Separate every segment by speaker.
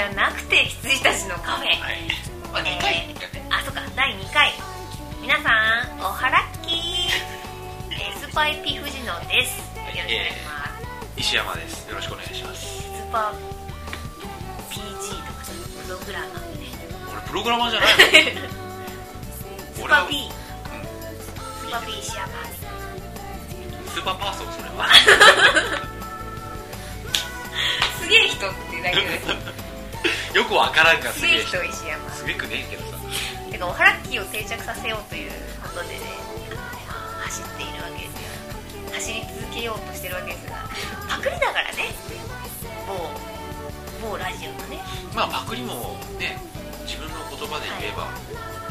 Speaker 1: ゃなくて羊たちのカフェ、
Speaker 2: はいまあ、2回だね
Speaker 1: あそっか第2回皆さんおはらっ きーえースパイピフジノですよろしくお願いします、
Speaker 2: 石山ですよろしくお願いします
Speaker 1: スーパー PG とかちょっとプログラマーでね
Speaker 2: 俺プログラマーじゃない
Speaker 1: スー
Speaker 2: 俺
Speaker 1: パ
Speaker 2: は
Speaker 1: ー B スーパー B 石山
Speaker 2: もんスーパーパーソンそれは
Speaker 1: すげえ人ってだけ で
Speaker 2: よくわからんが
Speaker 1: す
Speaker 2: す
Speaker 1: す
Speaker 2: げ
Speaker 1: げえ
Speaker 2: え
Speaker 1: 人石山
Speaker 2: すげくねえけどさ
Speaker 1: てかおはらっきを定着させようということでね走っているわけですよ走り続けようとしてるわけですがパクリだからね某某ラジオのね
Speaker 2: まあパクリもね自分の言葉で言えば、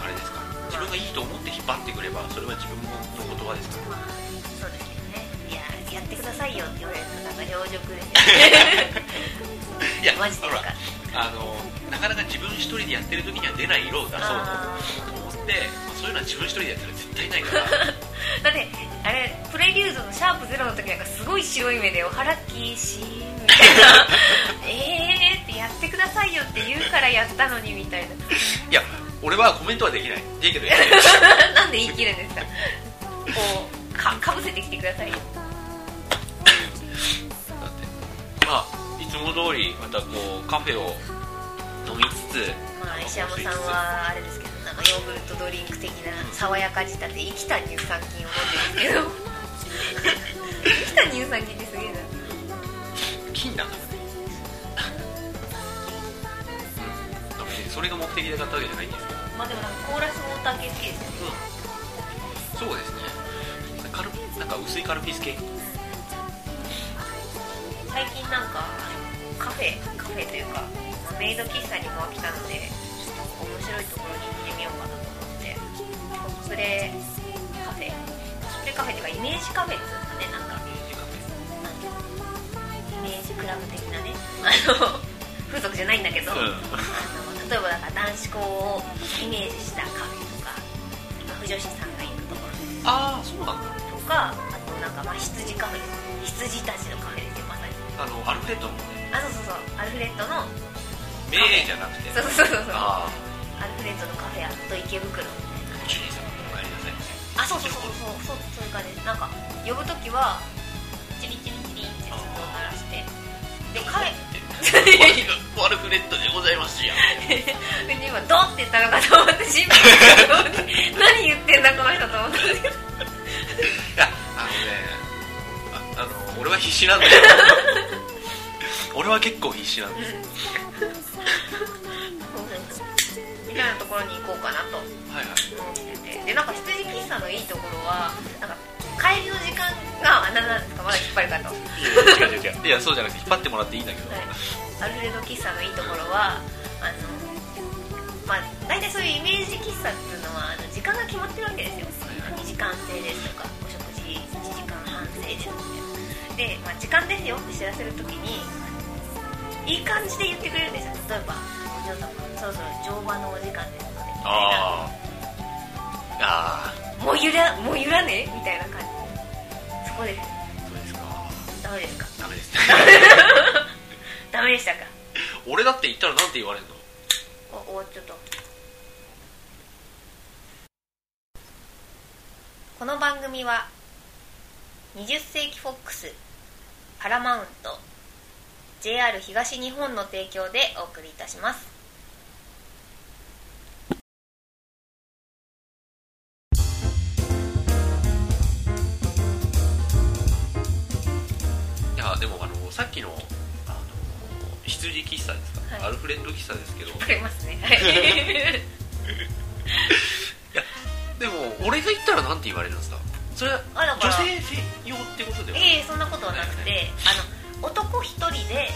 Speaker 2: あれですから自分がいいと思って引っ張ってくればそれは自分の言葉ですから
Speaker 1: まあそうですけどねいややってくださいよって言われるとなんか表情くです ね
Speaker 2: いや
Speaker 1: マジで
Speaker 2: ほ
Speaker 1: す
Speaker 2: ら
Speaker 1: か
Speaker 2: あのなかなか自分一人でやってる時には出ない色を出そう
Speaker 1: あ
Speaker 2: と思って、まあ、そういうのは自分一人でやったら絶対ないから
Speaker 1: ーだってあれプレリュードのシャープゼロの時なんかすごい白い目で「おはらっきしー」みたい な「えー」ってやってくださいよって言うからやったのにみたいな
Speaker 2: いや俺はコメントはできないできる けどやる
Speaker 1: なんで言い切るんですかこうかかぶせてきてくださいよ
Speaker 2: だってまあいつも通りまたこうカフェを飲みつつ
Speaker 1: まあ石山さんはあれですけどなんかヨーグルトドリンク的な爽やか仕立て生きた乳酸菌を 飲んでるんですけど生きた乳酸菌ってすげえな
Speaker 2: 金だからねうん別にそれが目的で買ったわけじゃないんですけど
Speaker 1: まあでもなんかコーラスウォーター系好きですよね
Speaker 2: うんそうですねカルピなんか薄いカルピス系
Speaker 1: 最近なんかカフェカフェというか、まあメイド喫茶にも飽きたのでちょっと面白いところに行ってみようかなと思ってコスプレカフェコスプレカフェというかイメージカフェっていうんですかねなんかイメージクラブ的なねあの風俗じゃないんだけど、あの例えばなんか男子校をイメージしたカフェとか不女子さんがいるところ
Speaker 2: ああそうなんだ
Speaker 1: とかあとなんかまあ羊カフェ羊たちのカフェですよまさに
Speaker 2: あのアルフレッドもね
Speaker 1: あそうそうそうアルフレッドの
Speaker 2: 名ーじゃなくて
Speaker 1: そうそうそうそうア
Speaker 2: あ
Speaker 1: ルフレッドのカフェアット池袋みたい
Speaker 2: あ
Speaker 1: な
Speaker 2: ジュニーさんお帰りなさい
Speaker 1: あそうそうそうそうそうそういう感じなんか呼ぶ時はチリチリチリってずっと鳴らしてでカフェ
Speaker 2: アルフレッドでございますやん
Speaker 1: で今ドンって言ったのかと思って心配だと思って 何言ってんだこの人と思ったん ですけど
Speaker 2: いやあのねああの俺は必死なんだよ俺は結構必死なんですよ
Speaker 1: みたいなところに行こうかなと思
Speaker 2: はいはい
Speaker 1: っててでなんか羊喫茶のいいところはなんか帰りの時間があななんですかまだ引っ張るかと、はい
Speaker 2: や違う違う違ういやそうじゃなくて引っ張ってもらっていいんだけど、
Speaker 1: い、アルフレド喫茶のいいところはあのまあ大体そういうイメージ喫茶っていうのはあの時間が決まってるわけですよ2時間制ですとかお食事1時間半制ですみたいなで、まあ、時間ですよって知らせるときにいい感じで言ってくれるんですよ例えば「お嬢様そろそろ乗馬のお時間ですので」みたいな
Speaker 2: ああ
Speaker 1: 「
Speaker 2: あ
Speaker 1: もうゆらもうゆらね」みたいな感じそこです
Speaker 2: あそうですか
Speaker 1: ダメですか
Speaker 2: ダメです
Speaker 1: ダメでしたか
Speaker 2: 俺だって言ったらなんて言われるの
Speaker 1: お終わっちゃったこの番組は20世紀フォックスパラマウント JR 東日本の提供でお送りいたします
Speaker 2: いやでもあのさっきのあの羊喫茶ですか、
Speaker 1: はい
Speaker 2: アルフレッド喫茶ですけど
Speaker 1: わかりますねはい
Speaker 2: でも俺が言ったらなんて言われるんですかそれは
Speaker 1: あだか
Speaker 2: 女
Speaker 1: ら
Speaker 2: 性専用ってことでは
Speaker 1: ええそんなことはなくてあの男一人で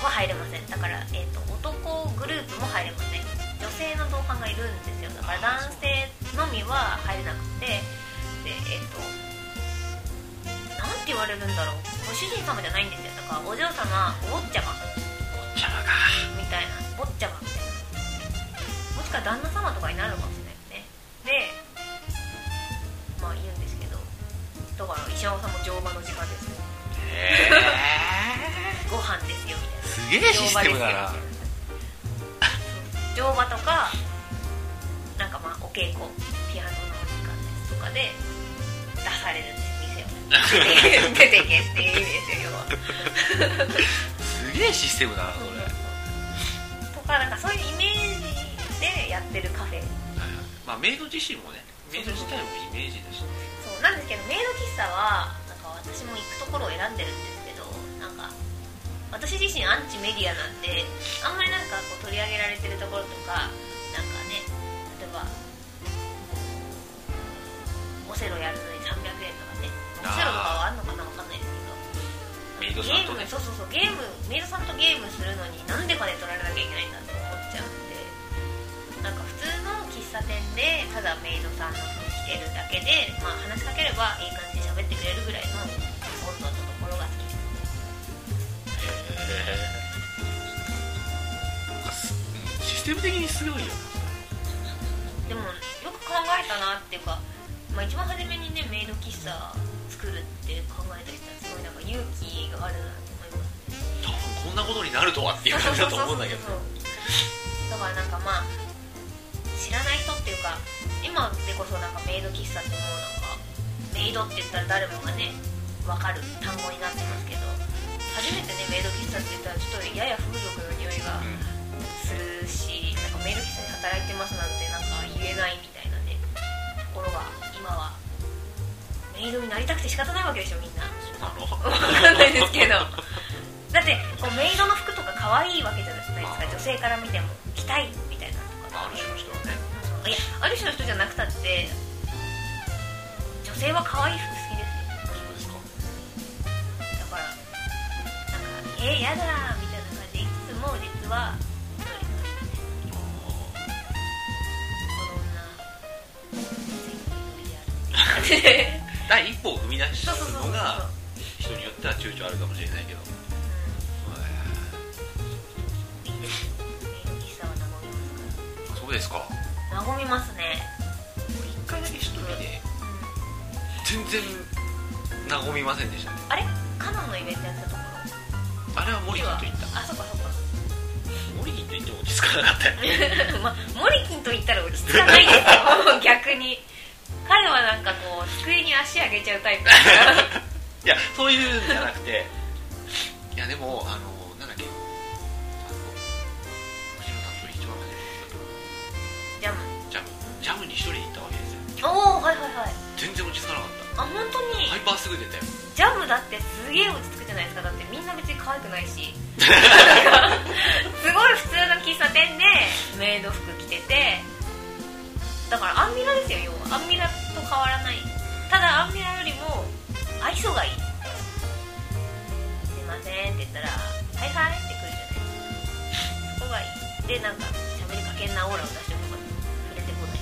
Speaker 1: は入れませんだから、えー、と男グループも入れません女性の同伴がいるんですよだから男性のみは入れなくてでえっ、となんて言われるんだろうご主人様じゃないんですよだからお嬢様お坊ちゃま
Speaker 2: おっちゃまか
Speaker 1: みたいな坊ちゃまみたいなもしくは旦那様とかになるのかもしれないですねでまあ言うんですけどだから石山さんも乗馬の時間です
Speaker 2: へえ
Speaker 1: ご飯ですよみたいな
Speaker 2: すげえシステムだな
Speaker 1: 乗馬ですよみ乗馬とかなんかまあお稽古ピアノの時間ですとかで出されるんです店を出てけっていう意味ですよ要 は
Speaker 2: すげえシステムだなそれ、はい
Speaker 1: とかなんかそういうイメージでやってるカフェ
Speaker 2: まあ、メイド自身もねメイド自体もイメージだしね
Speaker 1: そうなんですけどメイド喫茶はなんか私も行くところを選んでるんですけどなんか私自身アンチメディアなんであんまりなんかこう取り上げられてるところとかなんかね例えばオセロやるのに300円とかねオセロとかはあんのかなわかんないですけど
Speaker 2: メイド
Speaker 1: ゲ
Speaker 2: さん
Speaker 1: ー
Speaker 2: と
Speaker 1: ム
Speaker 2: ね
Speaker 1: そうそうそうゲームメイドさんとゲームするのになんで金取られなきゃいけないんだって思っちゃうんでなんか普通の喫茶店でただメイドさんの服着てるだけで、まあ、話しかければいい感じで喋ってくれるぐらいの温度のところが好きです
Speaker 2: へーなんかすうんシステム的にすごいよ
Speaker 1: でもよく考えたなっていうか、まあ、一番初めにねメイド喫茶作るって考えた人はすごいなんか勇気があるなと思います
Speaker 2: 多分こんなことになるとはっていう感じだと思うんだけど
Speaker 1: そうそうそうそうだからなんかまあ知らない人っていうか今でこそなんかメイド喫茶ってもうなんかメイドって言ったら誰もがね分かる単語になってますけど初めてねメイド喫茶って言ったらちょっとやや風俗の匂いが
Speaker 2: うん
Speaker 1: するしなんかメイド喫茶で働いてますなんてなんか言えないみたいなねところが今はメイドになりたくて仕方ないわけでしょみんな。
Speaker 2: そう
Speaker 1: わかんないですけどだってこうメイドの服とか可愛いわけじゃないですか女性から見ても着たいみたいなのと
Speaker 2: なの
Speaker 1: か
Speaker 2: ある種の人は
Speaker 1: い
Speaker 2: ね
Speaker 1: やある種の人じゃなくたって女性は可愛い服好きです
Speaker 2: そうです
Speaker 1: よだ
Speaker 2: か
Speaker 1: からなんか「えー、やだ」みたいな感じでいつも実は一人の人ですこの女全員無理である
Speaker 2: 第一歩を踏み出す
Speaker 1: そうそうそうそう
Speaker 2: のが人によっては躊躇あるかもしれないけど
Speaker 1: うんいいですメイド喫茶は和みますから
Speaker 2: そうですか
Speaker 1: 和みますね、
Speaker 2: 俺一回だけ一人で全然和みませんでしたね
Speaker 1: あれカナンのイベントやってたところ
Speaker 2: あれはモリキンと行っ
Speaker 1: あそっかそっか
Speaker 2: たモリキンと行っても落ち着かなかったよ
Speaker 1: まモリキンと言ったら落ち着かないですよ逆に彼はなんかこう机に足上げちゃうタイプだ から
Speaker 2: いやそういうんじゃなくていやでもあのなんだっけあの藤野さんと一番初めて
Speaker 1: ジャム
Speaker 2: ジャムジャムに一人で行ったわけですよ
Speaker 1: おおはいはいはい
Speaker 2: 全然落ち着かなかっ
Speaker 1: あ本当に
Speaker 2: たハイパーすぐ出たよ
Speaker 1: ジャムだってすげえ落ち着くじゃないですかだってみんな別に可愛くないしすごい普通の喫茶店でメイド服着ててだからアンミラですよ要はアンミラと変わらないただアンミラよりも愛想がいいすいませんって言ったら「はいはい」って来るじゃないですかそこがいいでなんか喋りかけんなオーラを出しても触れてこない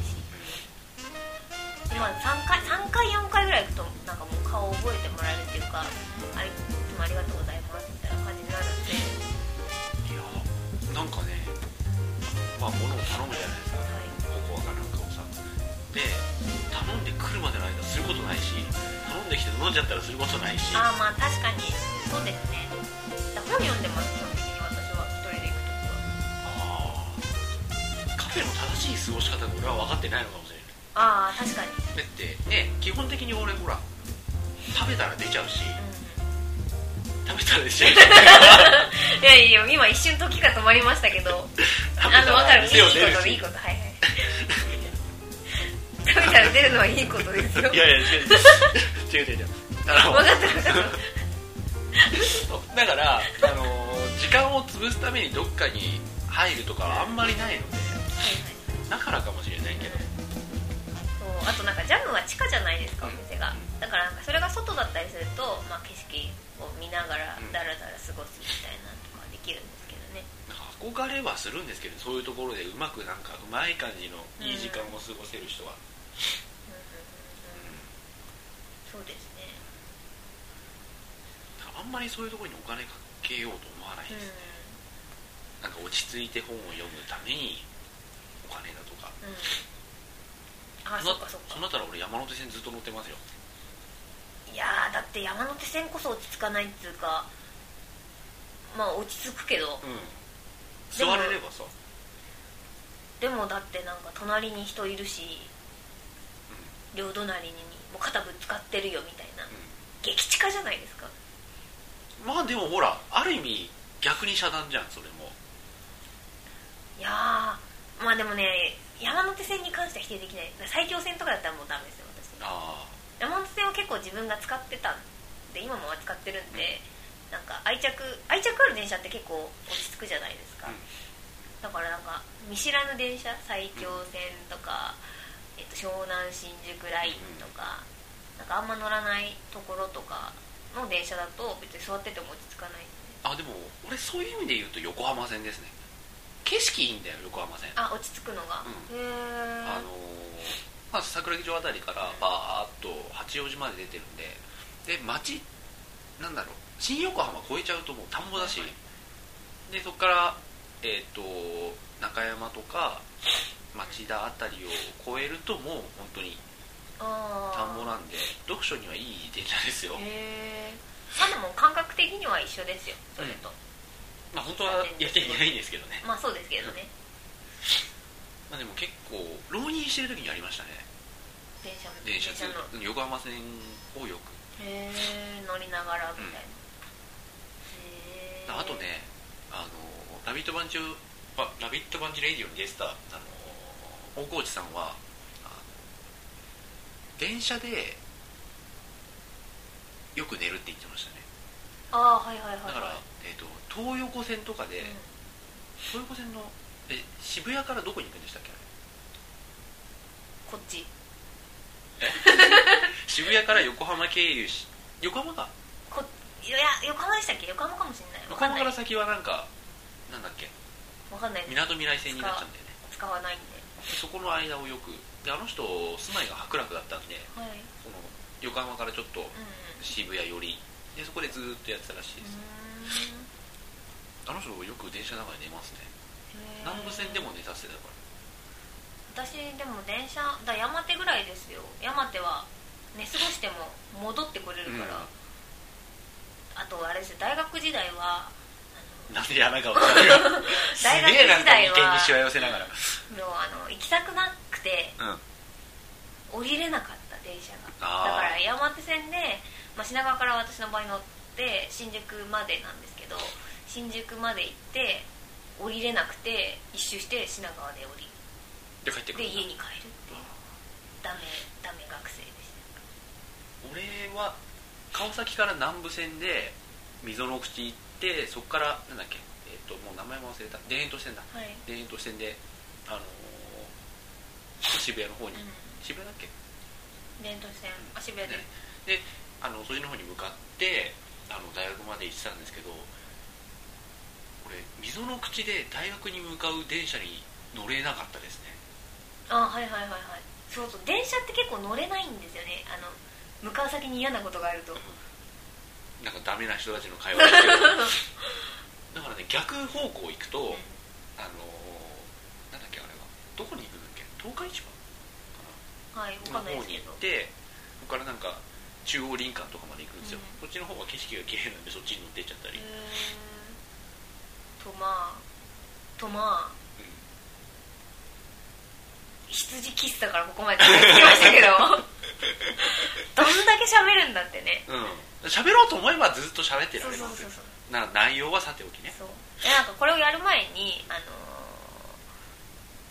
Speaker 1: し今3回3回4回ぐらい行くとなんかもう顔を覚えてもらえるっていうか「あいつもありがとうございます」みたいな感じになるんで、
Speaker 2: いやなんかねまあ物を頼むじゃないです
Speaker 1: は
Speaker 2: か
Speaker 1: い、
Speaker 2: ココアかなんかをさで頼んでくるまでの間することないし頼んできて飲んじゃったらすることないし
Speaker 1: ああまあ確かにそうですねだ本読んでます基本的に私は一人で行くときは
Speaker 2: あーカフェの正しい過ごし方が俺は分かってないのかもしれない
Speaker 1: ああ確かにう
Speaker 2: だってね基本的に俺ほら食べたら出ちゃうし
Speaker 1: ん
Speaker 2: 食べたら出ちゃうし
Speaker 1: いやいや今一瞬時が止まりましたけ ど あ
Speaker 2: 食べ
Speaker 1: の分
Speaker 2: た
Speaker 1: からるいい
Speaker 2: 店を出
Speaker 1: こといい
Speaker 2: るし
Speaker 1: ことはいはい食べたら出るのはいい ことですよ
Speaker 2: いやいや違う違う違う違う
Speaker 1: 分
Speaker 2: あ
Speaker 1: か
Speaker 2: の
Speaker 1: った分かった
Speaker 2: だから、あのー時間を潰すためにどっかに入るとかはあんまりないのでだからかもしれないけど
Speaker 1: そうあとなんかジャムは地下じゃないですかお店がだからなんかそれが外だったりすると、まあ、景色を見ながらだらだら過ごすみたいなとかできるんですけどね
Speaker 2: なんか憧れはするんですけどそういうところでうまくなんかうまい感じのいい時間を過ごせる人は、
Speaker 1: うんうんうんうんそうですね
Speaker 2: あんまりそういうところにお金かけようと思わないです、
Speaker 1: う
Speaker 2: なんか落ち着いて本を読むためにお金だとか
Speaker 1: んうんあそっかそっ
Speaker 2: そ
Speaker 1: か
Speaker 2: うなったら俺山手線ずっと乗ってますよ
Speaker 1: いやーだって山手線こそ落ち着かないっつうかまあ落ち着くけど
Speaker 2: うん座れればさ
Speaker 1: うでもだってなんか隣に人いるし両隣にもう肩ぶつかってるよみたいな激地下じゃないですか
Speaker 2: うんまあでもほらある意味逆に遮断じゃんそれも
Speaker 1: いやーまあでもね山手線に関しては否定できない埼京線とかだったらもうダメですよ私
Speaker 2: あ
Speaker 1: 山手線は結構自分が使ってたんで今も使ってるんで、なんか愛着愛着ある電車って結構落ち着くじゃないですか、
Speaker 2: うん
Speaker 1: だからなんか見知らぬ電車埼京線とか、えっと、湘南新宿ラインとか、なんかあんま乗らないところとかの電車だと別に座ってても落ち着かないんで
Speaker 2: ああでも俺そういう意味で言うと横浜線ですね景色いいんだよ横浜線
Speaker 1: あ落ち着くのが、
Speaker 2: う
Speaker 1: へえ
Speaker 2: あのーまあ、桜木町あたりからバーっと八王子まで出てるんでで町なんだろう新横浜越えちゃうともう田んぼだし
Speaker 1: はいは
Speaker 2: でそこから、えー、と中山とか町田あたりを越えるともう本当に
Speaker 1: あ
Speaker 2: 田んぼ
Speaker 1: な
Speaker 2: なんで読書にはいい電車ですよ、
Speaker 1: へえまあでも感覚的には一緒ですよそれと、
Speaker 2: まあ、本当はやっちゃいけないんですけどね、
Speaker 1: まあそうですけどね
Speaker 2: まあ、でも結構浪人してる時にありましたね
Speaker 1: 電車も
Speaker 2: 電車通
Speaker 1: の
Speaker 2: うん横浜線をよく
Speaker 1: へえ乗りながらみたいな、へえ
Speaker 2: あとね、あのラビットバンチュあラビットバンチレディオに出てたあの大河内さんはあの電車でよく寝るって言ってましたね。
Speaker 1: ああはいはいはい
Speaker 2: だから、えっ、と東横線とかで、
Speaker 1: うん
Speaker 2: 東横線のえ渋谷からどこに行くんでしたっけあれ？
Speaker 1: こっち
Speaker 2: 渋谷から横浜経由し横浜か
Speaker 1: こいや横浜でしたっけ横浜かもしれないわ
Speaker 2: 横
Speaker 1: かん
Speaker 2: 浜
Speaker 1: ない
Speaker 2: から先はなんかなんだっけ
Speaker 1: わかんない
Speaker 2: みなとみらい線になっちゃうんだよね。
Speaker 1: 使わないん
Speaker 2: でそこの間をよくであの人住まいが白楽だったんで。
Speaker 1: ではいうん
Speaker 2: その横浜からちょっと
Speaker 1: うん
Speaker 2: 渋谷寄りでそこでずーっとやってたらしいです、
Speaker 1: う
Speaker 2: あの人よく電車の中で寝ますね
Speaker 1: ーんへえ
Speaker 2: 南部線でも寝させてたか
Speaker 1: 私でも電車だ山手ぐらいですよ山手は寝過ごしても戻ってこれるから、
Speaker 2: うん
Speaker 1: あとあれですよ大学時代は
Speaker 2: らなんで嫌な顔したのよす
Speaker 1: 大学
Speaker 2: げえなん
Speaker 1: 時
Speaker 2: か
Speaker 1: 代
Speaker 2: 眉
Speaker 1: は
Speaker 2: 間にしわ寄せな がら
Speaker 1: もうあの行きたくなくて
Speaker 2: う
Speaker 1: 降
Speaker 2: ん
Speaker 1: りれなかった電車が
Speaker 2: あー
Speaker 1: だから山手線で、まあ、品川から私の場合乗って新宿までなんですけど新宿まで行って降りれなくて一周して品川で降り
Speaker 2: で帰ってく
Speaker 1: で
Speaker 2: る
Speaker 1: 家に帰るっていうダメダメ学生でし
Speaker 2: 俺は川崎から南部線で溝の口行ってそこからなんだっけえっ、ともう名前も忘れた田園都市線だ
Speaker 1: たはい、
Speaker 2: 田園都市線であのー渋谷の方に、
Speaker 1: うん、
Speaker 2: 渋谷だっけ
Speaker 1: 電動線あ渋谷で、
Speaker 2: ねであのそっちの方に向かってあの大学まで行ってたんですけど俺溝の口で大学に向かう電車に乗れなかったですね
Speaker 1: あはいはいはいはいそうそう電車って結構乗れないんですよねあの向かう先に嫌なことがあると
Speaker 2: なんかダメな人たちの会話ですけどだ からね逆方向行くと、あのーなんだっけあれはどこに行くんだっけ東海市場
Speaker 1: はい分かんないで
Speaker 2: の方
Speaker 1: す
Speaker 2: に
Speaker 1: け
Speaker 2: 行
Speaker 1: ど
Speaker 2: ってそこからなんか中央林間とかまで行くんですよ、
Speaker 1: うん
Speaker 2: こっちの方が景色が綺麗なんでそっちに乗ってっちゃったり、うん
Speaker 1: とまあとまあ羊喫茶からここまでたどり着きましたけ どどんだけ喋るんだってね
Speaker 2: うん喋ろうと思えばずっと喋って
Speaker 1: そ
Speaker 2: ら
Speaker 1: う
Speaker 2: れ
Speaker 1: そう
Speaker 2: ます
Speaker 1: そう
Speaker 2: よ
Speaker 1: そう
Speaker 2: な内容はさておきね
Speaker 1: そうでなんかこれをやる前にあのー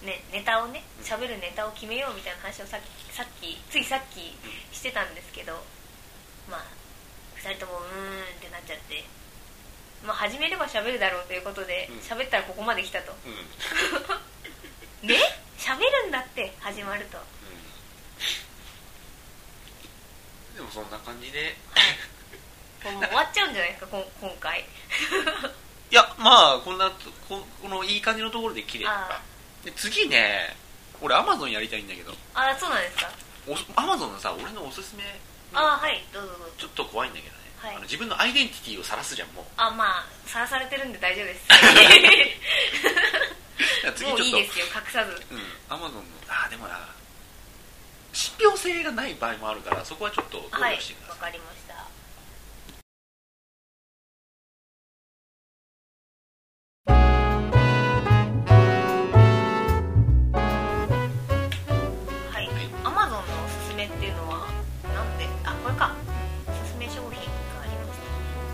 Speaker 1: ねネタをね喋るネタを決めようみたいな話をさっきさっきついさっきしてたんですけどまあ2人ともうーんってなっちゃってまあ始めれば喋るだろうということで
Speaker 2: うん
Speaker 1: 喋ったらここまで来た と
Speaker 2: うん、うん、
Speaker 1: ね喋るんだって始まると
Speaker 2: でもそんな感じで
Speaker 1: もう終わっちゃうんじゃないですかこん今回
Speaker 2: いやまあこんなとここのいい感じのところで切れた
Speaker 1: あ
Speaker 2: で次ね俺アマゾンやりたいんだけど
Speaker 1: ああそうなんですか
Speaker 2: アマゾンのさ俺のおすすめ
Speaker 1: ああはいどうぞどうぞ
Speaker 2: ちょっと怖いんだけどね、
Speaker 1: はい
Speaker 2: あの自分のアイデンティティを晒すじゃ んもう
Speaker 1: あまあさらされてるんで大丈夫です
Speaker 2: だから 次ちょ
Speaker 1: も
Speaker 2: っ
Speaker 1: う
Speaker 2: と
Speaker 1: いいですよ隠さず
Speaker 2: うんアマゾンのああでもな信憑性がない場合もあるからそこはちょっと考
Speaker 1: はい
Speaker 2: 慮してくだ
Speaker 1: わ
Speaker 2: さい、
Speaker 1: かりました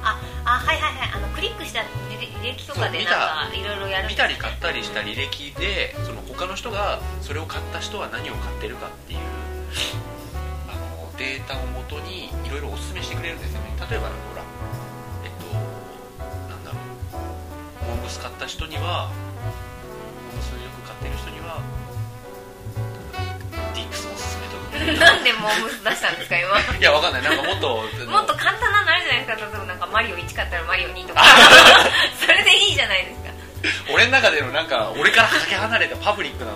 Speaker 1: あはいはいはいあのクリックした履歴とかで
Speaker 2: そう見
Speaker 1: なんか
Speaker 2: た
Speaker 1: いろいろやる
Speaker 2: 見たり買ったりした履歴でその他の人がそれを買った人は何を買ってるかっていうあのデータをもとにいろいろおすすめしてくれるんですよね例えばほらえっとなんだろうモームス買った人にはモームスよく買ってる人にはディックスおすすめとか
Speaker 1: なんでモームス出したんですか今
Speaker 2: いやわかんないなんかも っと
Speaker 1: もっと簡単なのあるじゃないですか例えばなんかマリオ1買ったらマリオ2とか それでいいじゃないですか
Speaker 2: 俺の中でのなんか俺からかけ離れたパブリックな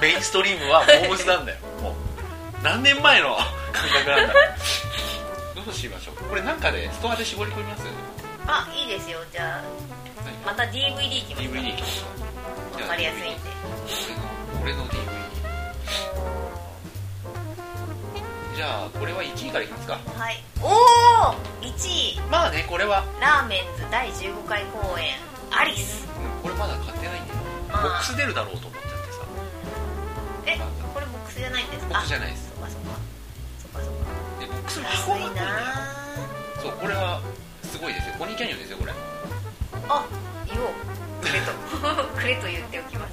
Speaker 2: メインストリームはモームスなんだよもう何年前の感覚なんだろうどうしましょうこれなんかでストアで絞り込みます
Speaker 1: あいいですよじゃあまた DVD 行きます
Speaker 2: DVD 行きますか
Speaker 1: わかりやすいんで
Speaker 2: 俺の俺の DVD じゃあこれは1位からいきますか
Speaker 1: はいおお1位
Speaker 2: まあねこれは
Speaker 1: ラーメンズ第15回公演アリス
Speaker 2: これまだ買ってないんだよボ
Speaker 1: あー
Speaker 2: ックス出るだろうと思っちゃってさ
Speaker 1: えこれボックスじゃないんですか
Speaker 2: ボックスじゃないです
Speaker 1: そっかそっかそっかそっか
Speaker 2: でボックスも
Speaker 1: 安
Speaker 2: 箱が
Speaker 1: い
Speaker 2: 来るんだよ
Speaker 1: な
Speaker 2: そうこれはすごいですよポニーキャニオンですよこれ
Speaker 1: ーあ言おうくれと くれと言っておきます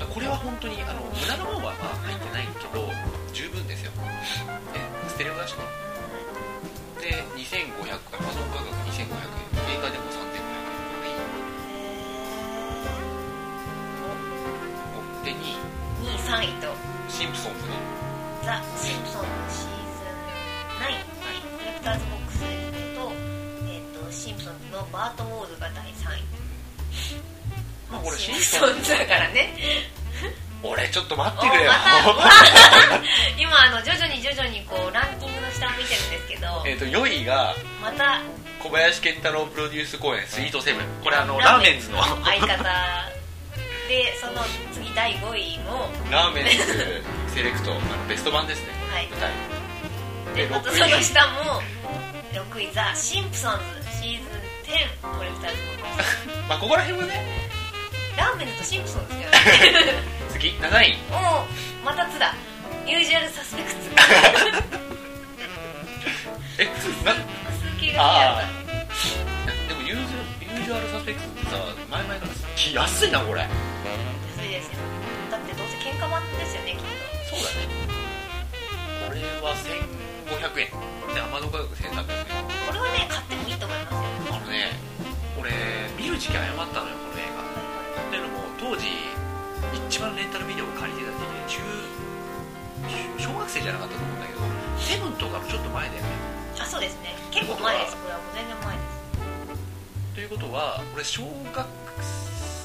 Speaker 2: うん、これは本当にあの無駄なものはまあ入ってないけど十分ですよ、ね、ステレオだしねで2500円アマゾン価格2500円映画でも3500円これいいで2
Speaker 1: 2位3位と
Speaker 2: シンプソンズね
Speaker 1: ザ・シンプソンシーズン9ディレクターズボックスと、えっとシンプソンズのバート・ウォーズが第3位
Speaker 2: まあこれ
Speaker 1: シ
Speaker 2: シン
Speaker 1: ン
Speaker 2: プ
Speaker 1: プソ
Speaker 2: ソン
Speaker 1: ン
Speaker 2: ズ
Speaker 1: ズだからね
Speaker 2: 俺ちょっと待っ
Speaker 1: お
Speaker 2: てくれよ
Speaker 1: また 今あの徐々に徐々にこうランキングの下を見てるんですけど
Speaker 2: えっと4位が
Speaker 1: また
Speaker 2: 小林健太郎プロデュース公演スイートセブンこれあのラーメンズの
Speaker 1: 相方でその次第5位も
Speaker 2: ラーメンズセレクトあのベスト版ですね
Speaker 1: はい
Speaker 2: 舞台
Speaker 1: で
Speaker 2: で
Speaker 1: また
Speaker 2: 6
Speaker 1: その
Speaker 2: 位
Speaker 1: 下も6位ザ・シンプソンズシーズン10これ2つ
Speaker 2: まあここら辺はね
Speaker 1: ラーメンズとシンプソンズじゃない
Speaker 2: 次7位
Speaker 1: おうまたつだユージュアルサスペクツ
Speaker 2: えな
Speaker 1: 系が
Speaker 2: ああでもユージュユージュアルサスペクトってさ前々からさき安いなこれ
Speaker 1: 安いですよだってどうせ喧嘩版ですよねきっと
Speaker 2: そうだねこれは1500円でアマゾン価格1300円
Speaker 1: これはね買ってもいいと思いますよ
Speaker 2: あのね俺見る時期誤ったのよこの映画っていうのも当時一番レンタルビデオを借りてた時期で中中小学生じゃなかったと思うんだけどセブンとかのちょっと前だよね
Speaker 1: あそうですね結構前ですこれはもう全然前で
Speaker 2: ということは俺小学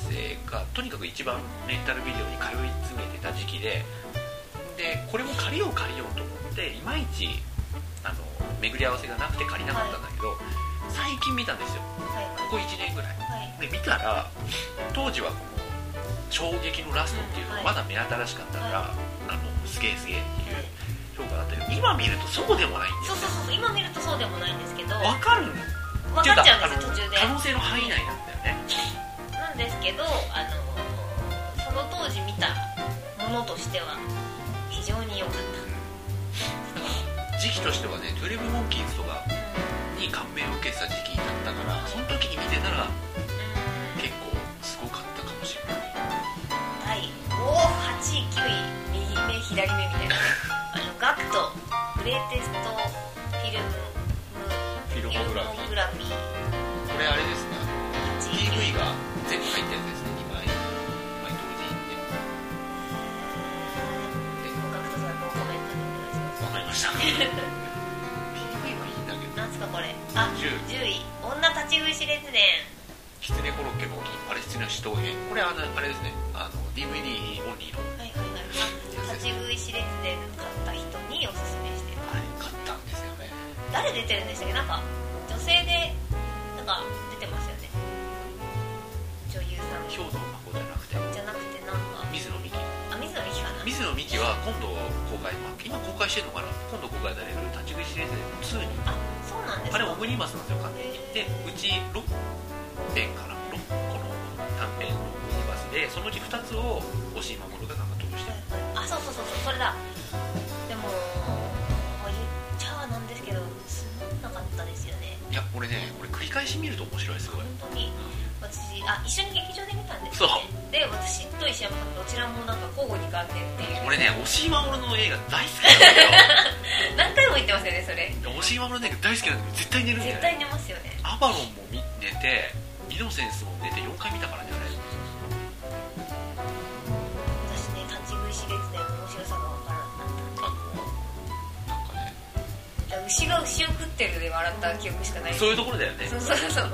Speaker 2: 生がとにかく一番レンタルビデオに通い詰めてた時期ででこれも借りよう借りようと思っていまいちあの巡り合わせがなくて借りなかったんだけど、最近見たんですよ
Speaker 1: すはい
Speaker 2: ここ1年ぐらい
Speaker 1: はい
Speaker 2: で見たら当時はこの衝撃のラストっていうのがまだ目新しかったから、
Speaker 1: は
Speaker 2: あのすげえすげえっていう評価だったけど今見るとそうでもないんで
Speaker 1: そ
Speaker 2: す
Speaker 1: うそうそうそう今見るとそうでもないんですけど
Speaker 2: わかるんだよ
Speaker 1: 分かっちゃうんですよ
Speaker 2: って
Speaker 1: 途
Speaker 2: いう
Speaker 1: 中
Speaker 2: か
Speaker 1: で
Speaker 2: あの可能性の範囲内なんだよね
Speaker 1: なんですけどあのその当時見たものとしては非常に良かっ
Speaker 2: 時期としてはねトゥレブ・モンキーズとか
Speaker 1: た
Speaker 2: に感銘を受けてた時期だったからその時に見てたら
Speaker 1: うん
Speaker 2: 結構すごかったかもしれな
Speaker 1: 第
Speaker 2: い
Speaker 1: お8位9位右目左目みたいなねあのガクトグレーテストフィル
Speaker 2: フィ
Speaker 1: ム
Speaker 2: ルモグラフィー
Speaker 1: フィルモグラフィー
Speaker 2: これあれですね
Speaker 1: 8位
Speaker 2: DV が全部入ったやつですね2枚2枚同時にね
Speaker 1: ガクトさんのコメントにお願いします
Speaker 2: わかりました DV はいいんだけど
Speaker 1: なんすかこれあ
Speaker 2: 10
Speaker 1: 10位女立ち食いし列伝
Speaker 2: キツネコロッケのパレスチナ死闘編これあのあれですねあの DVD オンリーの
Speaker 1: はいはいはいあ立ち食いし列伝買った人におすすめしてる
Speaker 2: あれ買ったんですよね
Speaker 1: 誰出てるんでしたっけなんか女性でなんか出てますよね女優さん
Speaker 2: 兵藤真子じゃなくて
Speaker 1: じゃなくてなんか
Speaker 2: 水野美紀
Speaker 1: あ水野美紀かな
Speaker 2: 水野美紀は今度公開、まあ今公開してるのかな今度公開される「立ち食いシリーズ2」に
Speaker 1: あそうなんですか
Speaker 2: あれオムニバスなんですよ完全にでうち6編から6個の短編のオムニバスでそのうち2つを押井守がなんか得してる
Speaker 1: あそうそうそうそうそれだでも、まあ、言っちゃなんですけどつまんなかったそうですよね
Speaker 2: いや俺ね俺繰り返し見ると面白いすごい、
Speaker 1: 本当に
Speaker 2: う
Speaker 1: 私あ一緒に劇場で見たんです
Speaker 2: そう
Speaker 1: よ、ね、で私と石山さんどちらもなんか交互に鑑定ってい
Speaker 2: ん
Speaker 1: う
Speaker 2: 俺ね押井守の映画大好きなん
Speaker 1: 何
Speaker 2: だ
Speaker 1: 回も言ってますよねそれ
Speaker 2: けどいや押井守の映画大好きなんだけど絶対寝るんだよ
Speaker 1: 絶
Speaker 2: ね
Speaker 1: 対寝ますよね
Speaker 2: アバロンも見寝てイノセンスも寝て4回見たからねあれ
Speaker 1: 私ね立ち食いしれつで面白さがわからなかっ
Speaker 2: あのなんかね
Speaker 1: ただから牛が牛を食ってるで笑った記憶しかない
Speaker 2: そういう
Speaker 1: と
Speaker 2: ところだよね
Speaker 1: そうそうそう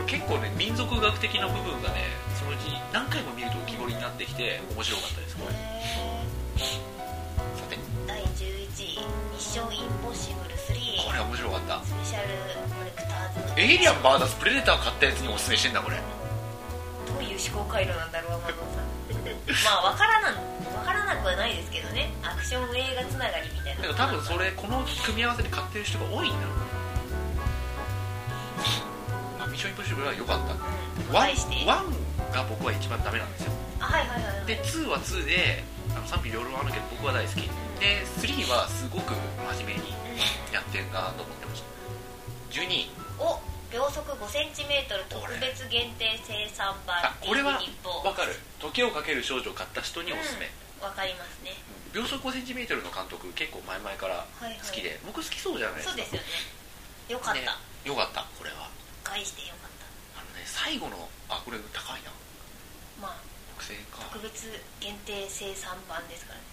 Speaker 1: 確
Speaker 2: いや
Speaker 1: か
Speaker 2: 俺結構ね民族学的な部分がねそのうち何回も見ると浮き彫りになってきて面白かったですこれ
Speaker 1: へ
Speaker 2: さて
Speaker 1: ー第11位「ミッションインポッシブル3」
Speaker 2: これ面白かった
Speaker 1: スペシャルコレクターズ
Speaker 2: エイリアン VS プレデター買ったやつにおすすめしてんだこれ
Speaker 1: どういう思考回路なんだろう天野さんまあわからなんわからなくはないですけどねアクション映画つながりみたいな
Speaker 2: だけど多分それこの組み合わせで買ってる人が多いんだろうまあミッションインポッシブルは良かった
Speaker 1: うん
Speaker 2: ワ
Speaker 1: 対して
Speaker 2: ンワンが僕は一番ダメなんですよ
Speaker 1: あはいはいはいはい
Speaker 2: で2は2であの賛否両論あるけど僕は大好きで3はすごく真面目にやってんなと思ってました12位
Speaker 1: お秒速 5cm 特別限定生産版
Speaker 2: あこれは
Speaker 1: 日本
Speaker 2: 分かる時をかける少女を買った人におすすめ、
Speaker 1: うんわかりますね
Speaker 2: 秒速 5cm の監督結構前々か
Speaker 1: は
Speaker 2: ら
Speaker 1: いはい
Speaker 2: 好きで、僕好きそうじゃないで
Speaker 1: そ
Speaker 2: す
Speaker 1: う
Speaker 2: か
Speaker 1: ですよねよかった、
Speaker 2: ねよかったこれは
Speaker 1: 返してよかった
Speaker 2: あのね最後のあこれ高いな
Speaker 1: まあ
Speaker 2: 6000円か
Speaker 1: 特別限定生産版ですから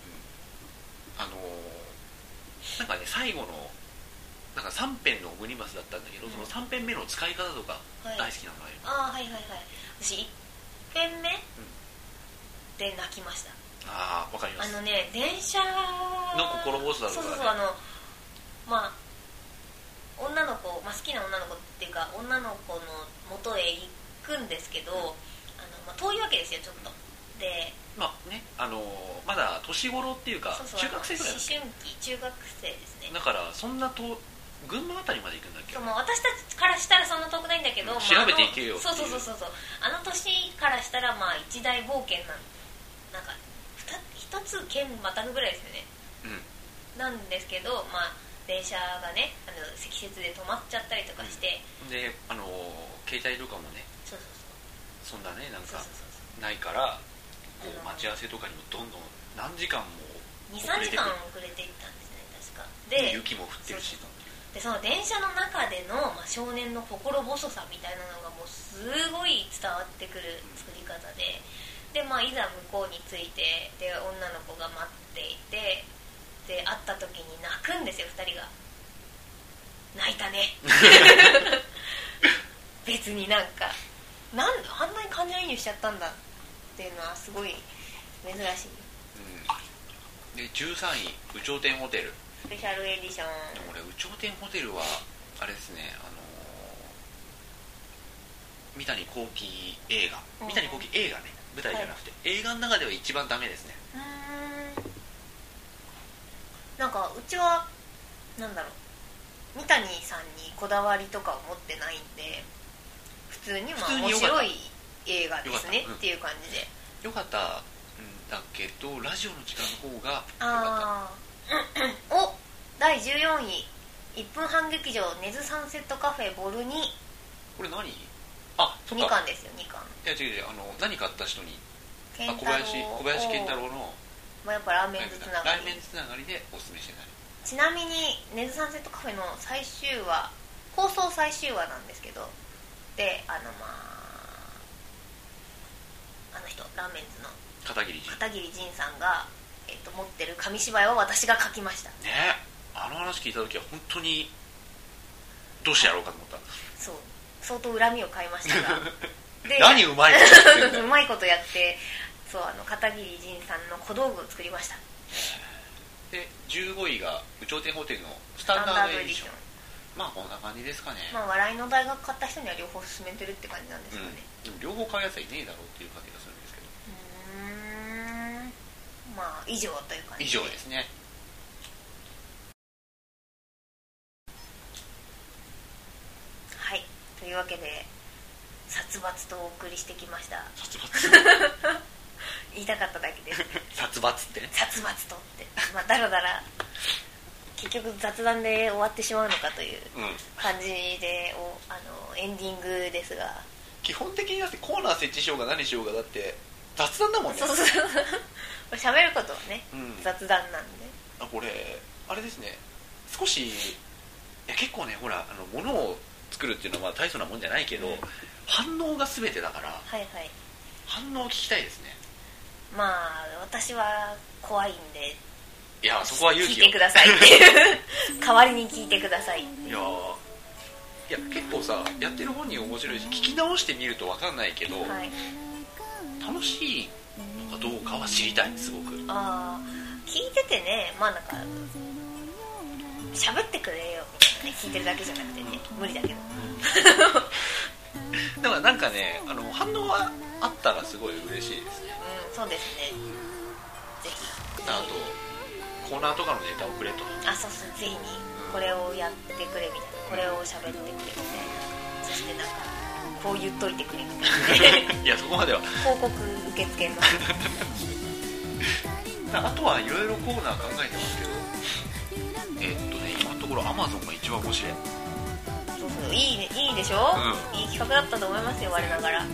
Speaker 1: ね
Speaker 2: あのーなんかね最後のなんか3編のオムニバスだったんだけ
Speaker 1: う
Speaker 2: ど、
Speaker 1: ん
Speaker 2: その3編目の使い方とか
Speaker 1: はい
Speaker 2: 大好きなのよ、
Speaker 1: ああはいはいはい私1編目で泣きました
Speaker 2: ああわかりま
Speaker 1: あ
Speaker 2: す
Speaker 1: のね電車
Speaker 2: の心細さ
Speaker 1: そう
Speaker 2: と
Speaker 1: そうそう
Speaker 2: か
Speaker 1: あ
Speaker 2: ね
Speaker 1: のまあ女の子、まあ、好きな女の子っていうか女の子の元へ行くんですけど、あのまあ、遠いわけですよちょっとで
Speaker 2: まあねあのーまだ年頃っていうか
Speaker 1: そうそう
Speaker 2: 中学生ぐらいだ
Speaker 1: あ
Speaker 2: っ
Speaker 1: の思春期中学生です
Speaker 2: け
Speaker 1: ね
Speaker 2: だからそんなと群馬あたりまで行くんだっけ
Speaker 1: そうもう私たちからしたらそんな遠くないんだけど、ま
Speaker 2: うん
Speaker 1: あ
Speaker 2: 調べていけよ
Speaker 1: あの
Speaker 2: ってい
Speaker 1: そ
Speaker 2: う
Speaker 1: うそうそうそうあの年からしたらまあ一大冒険なんなんかふた一つ県またぐぐらいですよね
Speaker 2: うん
Speaker 1: なんですけど、まあ、電車がねあの積雪で止まっちゃったりとかして、
Speaker 2: であのー携帯とかもね
Speaker 1: そうそう
Speaker 2: そんなねなん
Speaker 1: そうそうそ
Speaker 2: か
Speaker 1: うそう
Speaker 2: ないからこ
Speaker 1: うん
Speaker 2: う待ち合わせとかにもどんどん何時間も遅
Speaker 1: 23
Speaker 2: れ
Speaker 1: 時
Speaker 2: てく
Speaker 1: 間
Speaker 2: る
Speaker 1: 遅れていったんですね確かで
Speaker 2: で雪も降ってるし
Speaker 1: そうでその電車の中での、まあ、少年の心細さみたいなのがもうすごい伝わってくる作り方でで、まあ、いざ向こうに着いてで女の子が待っていてで会った時に泣くんですよ2人が泣いたね別になんかなんあんなに感情移入しちゃったんだっていうのはすごい珍しい
Speaker 2: うんで13位「有頂天ホテル
Speaker 1: スペシャルエディション」
Speaker 2: でも俺有頂天ホテルはあれですねあのー三谷幸喜映画
Speaker 1: うん
Speaker 2: 三谷幸喜映画ね舞台じゃなくて、映画の中では一番ダメですね
Speaker 1: うーんなんかうちはなんだろう三谷さんにこだわりとかを持ってないんで普通にま
Speaker 2: 普
Speaker 1: あ
Speaker 2: 通に
Speaker 1: 面
Speaker 2: よかった
Speaker 1: 白い映画ですね
Speaker 2: よかったうん
Speaker 1: っていう感じで、
Speaker 2: よかったんだけどラジオの時間の方がよかっ
Speaker 1: ああお第14位1分半劇場根津サンセットカフェボルニ
Speaker 2: たこれ何あそっ
Speaker 1: 2
Speaker 2: か
Speaker 1: 巻ですよ2巻
Speaker 2: いや違う違うあの何買った人にあ
Speaker 1: 健
Speaker 2: 小林小林健太郎の
Speaker 1: まあ、やっぱラーメンズつなが
Speaker 2: ラー
Speaker 1: り
Speaker 2: メンつながりでおすすめしてない
Speaker 1: ちなみに根津サンセットカフェの最終話放送最終話なんですけどであのまああの人ラーメンズの
Speaker 2: 片桐仁
Speaker 1: 片桐仁さんが、えっと、持ってる紙芝居を私が書きました
Speaker 2: ねあの話聞いた時は本当にどうしてやろうかと思った
Speaker 1: そう相当恨みを買いました がで
Speaker 2: 何うまいこと言ってんだよ
Speaker 1: うまいことやってそうあの片桐仁さんの小道具を作りました
Speaker 2: で15位が「有頂天ホテル」のス
Speaker 1: ス
Speaker 2: タンダードエディション
Speaker 1: タン
Speaker 2: まあこんな感じですかね、
Speaker 1: まあ笑いの大学買った人には両方勧めてるって感じなんです
Speaker 2: う
Speaker 1: かね、
Speaker 2: ん、でも両方買うやつはいねえだろうっていう感じがするんですけど
Speaker 1: うーんまあ以上という感じ
Speaker 2: 以上で すね
Speaker 1: はいというわけで殺伐とお送りしてきました
Speaker 2: 殺伐
Speaker 1: 言いたかっただけです
Speaker 2: 殺伐ってね
Speaker 1: 殺伐とってまあだらだら結局雑談で終わってしまうのかという
Speaker 2: うん
Speaker 1: 感じでおあのエンディングですが
Speaker 2: 基本的にだってコーナー設置しようが何しようがだって雑談だもんね
Speaker 1: そうそうそう 喋ることはね、
Speaker 2: うん
Speaker 1: 雑談なんで
Speaker 2: あこれあれですね少しいや結構ねほらあの物を作るっていうのは大層なもんじゃないけど、
Speaker 1: うん
Speaker 2: 反応が全てだから
Speaker 1: はいはい
Speaker 2: 反応を聞きたいですね
Speaker 1: まあ私は怖いんで
Speaker 2: いやそこは勇気
Speaker 1: 聞い
Speaker 2: を
Speaker 1: てくださいっていう 代わりに聞いてくださいって
Speaker 2: いやーいや結構さやってる本人面白いし聞き直してみると分かんないけど、
Speaker 1: はい
Speaker 2: 楽しいのかどうかは知りたいすごく
Speaker 1: ああ聞いててねまあなんか喋ってくれよみたいなね聞いてるだけじゃなくてね無理だけど
Speaker 2: だからなんかねあの反応があったらすごい嬉しいですね
Speaker 1: うんそうですねぜひ
Speaker 2: あとコーナーとかのネタをくれ と
Speaker 1: あそうそうぜひにこれをやってくれみたいなこれを喋ってくれみたいなそしてなんかこう言っといてくれみ たいなね
Speaker 2: いやそこまでは
Speaker 1: 広告受付の
Speaker 2: あとはいろいろコーナー考えてますけどえっとね今のところアマゾンが一番面白い
Speaker 1: そうそういいねいいでしょ、
Speaker 2: う
Speaker 1: いい企画だったと思いますよ我ながら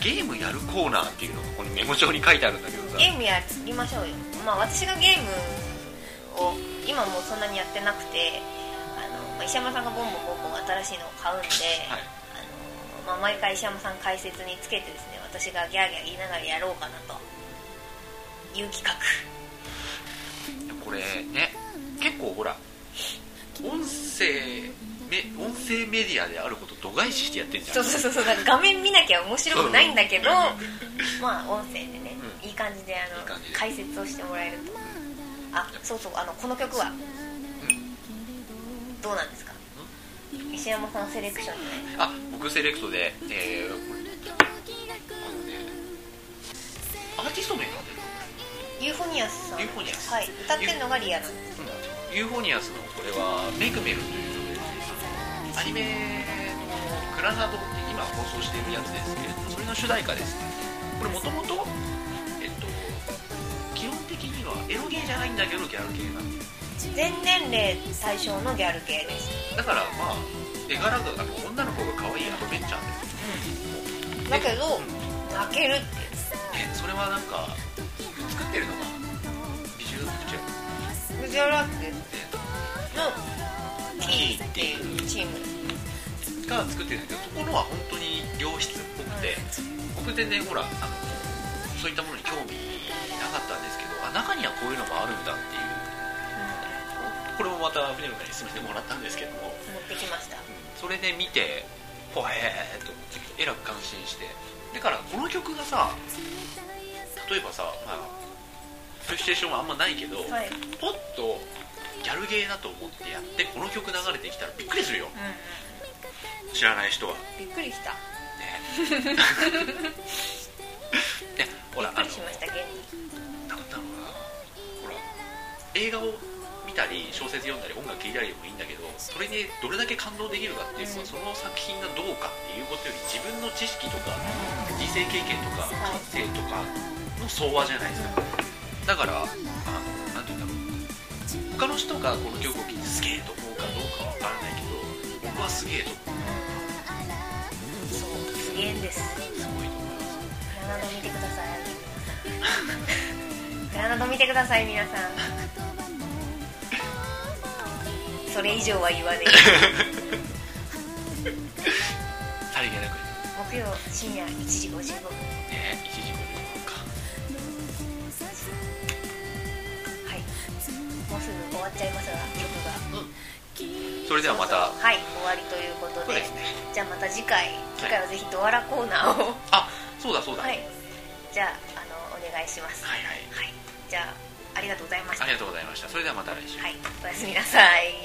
Speaker 2: ゲームやるコーナーっていうのがここにメモ帳に書いてあるんだけどさ
Speaker 1: ゲームやりましょうよまあ私がゲームを今もうそんなにやってなくてあの、まあ石山さんがボンボンボンボン新しいのを買うんで、
Speaker 2: はい
Speaker 1: あのまあ、毎回石山さん解説につけてですね私がギャーギャー言いながらやろうかなという企画
Speaker 2: これね結構ほら音声め音声メディアであること度外視してやってんじゃん
Speaker 1: そうそうそうそうなんか画面見なきゃ面白くないんだけど
Speaker 2: うん
Speaker 1: まあ音声でね、
Speaker 2: う
Speaker 1: いい感じであの
Speaker 2: いい感じで
Speaker 1: 解説をしてもらえるとあそうそうあのこの曲はどうなんですか石山さんセレクションじゃない
Speaker 2: あ僕セレクトでえー、これあのねアーティスト名が
Speaker 1: ユーフォニアスさん
Speaker 2: ユーフォニアス
Speaker 1: はい歌ってるのがリアなんです
Speaker 2: 出てるユーフォニアスのこれはメグメルというアニメの「クラナド」って今放送しているやつですけれどもそれの主題歌ですこれもともとえっと基本的にはエロゲーじゃないんだけどギャルゲーなんです
Speaker 1: 全年齢対象のギャル系です、
Speaker 2: だからまあ絵柄があの女の子が可愛いアドベンチャーです
Speaker 1: うん、だけど
Speaker 2: うん
Speaker 1: 開けるっていう
Speaker 2: ねそれはなんか作ってるのがビジュアルチ
Speaker 1: グ
Speaker 2: ェ
Speaker 1: ジャラック
Speaker 2: ッ
Speaker 1: のキーっていうチーム
Speaker 2: クが作ってるんだけどそこのは本当に良質っぽくて僕全然ほらあのそういったものに興味なかったんですけどあ中にはこういうのもあるんだっていうこれもまた船野さんに勧めてもらったんですけども
Speaker 1: 持ってきました
Speaker 2: それで見てほへーっと思ってえらく感心してだからこの曲がさ例えばさまあそういうシチュエーションはあんまないけど、
Speaker 1: はい
Speaker 2: ポッとギャルゲーだと思ってやってこの曲流れてきたらびっくりするよ
Speaker 1: う
Speaker 2: 知らない人はね
Speaker 1: んびっくりした
Speaker 2: ね ほ
Speaker 1: び
Speaker 2: ら
Speaker 1: っ
Speaker 2: あ
Speaker 1: くり
Speaker 2: の
Speaker 1: しました現に
Speaker 2: なんだろうなほら映画を見たり小説読んだり音楽聴いたりでもいいんだけどそれでどれだけ感動できるかっていうのは、
Speaker 1: うん
Speaker 2: その作品がどうかっていうことより自分の知識とか人生経験とか感性とかの総和じゃないですかだからあのなんて言うんだろう他の人がこの曲を聴いてすげえと思うかどうかわからないけど僕はすげえと思う
Speaker 1: そうすげえんです
Speaker 2: すごいと思います
Speaker 1: グラナド見てください皆さんグラナド見てください皆さんそれ以上は言わねえ
Speaker 2: さりげなく
Speaker 1: 木曜深夜1時55分は
Speaker 2: ね1時55分か
Speaker 1: いもうすぐ終わっちゃいますが曲が
Speaker 2: それではまた
Speaker 1: はい終わりということ
Speaker 2: そう
Speaker 1: で
Speaker 2: ですね
Speaker 1: じゃあまた次回次回はぜひドアラコーナーを
Speaker 2: あそうだそうだ、
Speaker 1: はいじゃああのお願いします
Speaker 2: はいはい
Speaker 1: はいじゃあありがとうございました
Speaker 2: ありがとうございましたそれではまた来週
Speaker 1: はいおやすみなさい